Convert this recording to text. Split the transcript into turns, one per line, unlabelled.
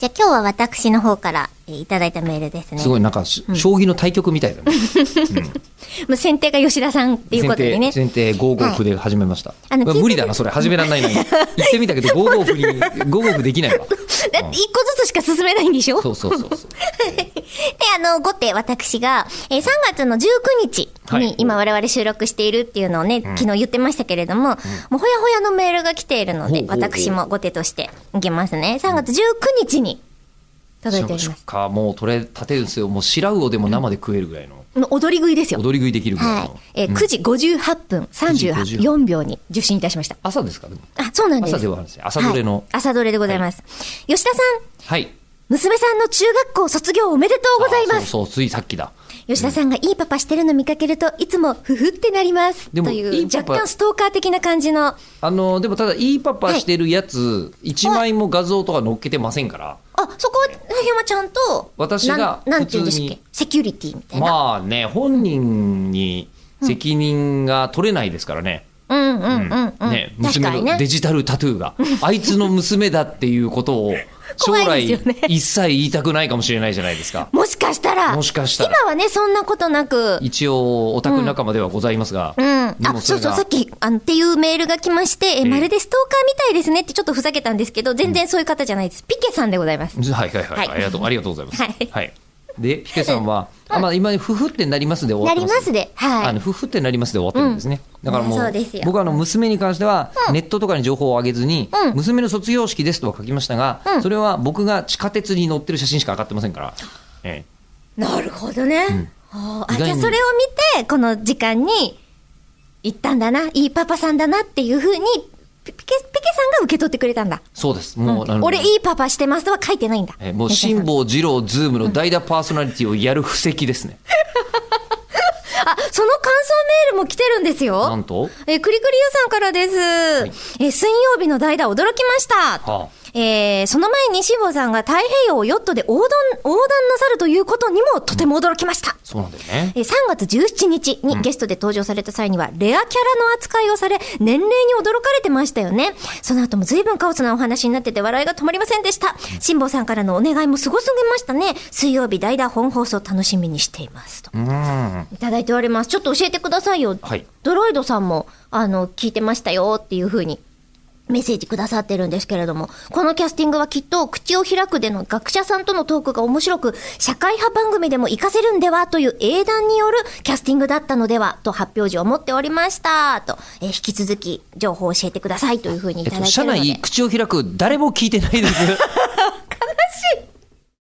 今日は私の方からえーいただいたメールですね。
すごいなんかし、将棋の対局みたいだ
も
ね。
う先手が吉田さんっていうことでね。
先手先手5五歩で始めました。
あの
うわ
聞いて
無理だなそれ始めらんな いな。今言ってみたけど5五歩に5五歩できないわ。
だって一個ずつしか進めないんでしょ
そうそうそうそう。
で、あの、後手、私が、えー3月の19日
はい
に今我々収録しているっていうのをね、昨日言ってましたけれども、もうほやほやのメールが来ているの
ほう
で、
ほうほう
私も後手としていけますね。3月19日に 届いており
そ
ま
っ
す。
かもう取れ立てるんですよ。もう白魚でも生で食えるぐらいの
もう踊り食いですよ。
踊り食いできるぐらい
はい
の。。
えー9時58分34秒に受信いたしました。
朝ですかでも。
あ、そうなんです。
朝ではあるんですね朝どれの
はい朝どれでございます。吉田さん、
はい。
娘さんの中学校卒業おめでとうございま
あ
す。
そうそうついさっきだ。
吉田さんがいいパパしてるの見かけると、いつもふふってなります。
でも
という
いいパパ
若干ストーカー的な感じの。
あのでもただいいパパしてるやつ一枚も画像とか載っけてませんから。
あ、そこら辺はちゃんと、
私が
なんなんて言うんで
普通
し
に
たっけセキュリティみたいな。
まあね本人に責任が取れないですからね。
うんうんうんうん。
ね、
確か
娘
に
の
ね
デ。ジタルタトゥ ーが、あいつの娘だっていうことを、将
怖い
来、
ですよね
一切言いたくないかもしれないじゃないですか。
もしかしたら、
もしかしたら
今はね、そんなことなく、
一応、オタク仲間ではございますが、
うん。あ
で、も
そ
そうれ
そう、
が
さっき、あの、っていうメールが来まして、えまるでストーカーみたいですねってちょっとふざけたんですけど、全然そういう方じゃないです。ピケさんでございます。
はいはいはい、
はい
ありがとう、ありがとうございます。
はい
で、ピケさ んは、あまあ、今、ふふってなりますで終わ
な
って
り
ます。
ますで、はい。
あの夫婦ってなりますで終わってるんですね、だからも
そううですよ
僕はあの娘に関しては、ネットとかに情報を上げずに、
うん
娘の卒業式ですとは書きましたが、
うん
それは僕が地下鉄に乗ってる写真しか上がってませんから、え
なるほどね。あーあ
意外
じ
に
ゃあそれを見て、この時間に行ったんだな、いいパパさんだなっていうふうに、ピピケ、ピケさんが受け取ってくれたんだ。
えそうですもう、あの
俺いいパパしてますとは書いてないんだ。
えーもう
ピケさ
辛
ん
坊二郎ズームの代打パーソナリティをやる布石ですね。
あ、その感想メールも来てるんです
な
よ。
んと、
えー、くりくりゆさんからです。えー水曜日の代打驚きました。
は
えーその前に辛坊さんが太平洋をヨットで横断、横断なさるということにもとても驚きました。
そうなんだよね。
えー3月17日にゲストで登場された際には、レアキャラの扱いをされ、年齢に驚かれてましたよね。その後も随分カオスなお話になってて笑いが止まりませんでした。辛坊さんからのお願いもすごすぎましたね。水曜日代打本放送楽しみにしています。と
うん、
いただいております。ちょっと教えてくださいよ。
はい
ドロイドさんも、あの、聞いてましたよっていうふうに。メッセージくださってるんですけれども、このキャスティングはきっと口を開くでの学者さんとのトークが面白く、社会派番組でも活かせるんではという英断によるキャスティングだったのではと発表時思っておりました。と、えー引き続き情報を教えてくださいというふうにい
えった
だい
と、
てる
社
ので。
内口を開く誰も聞いてないです。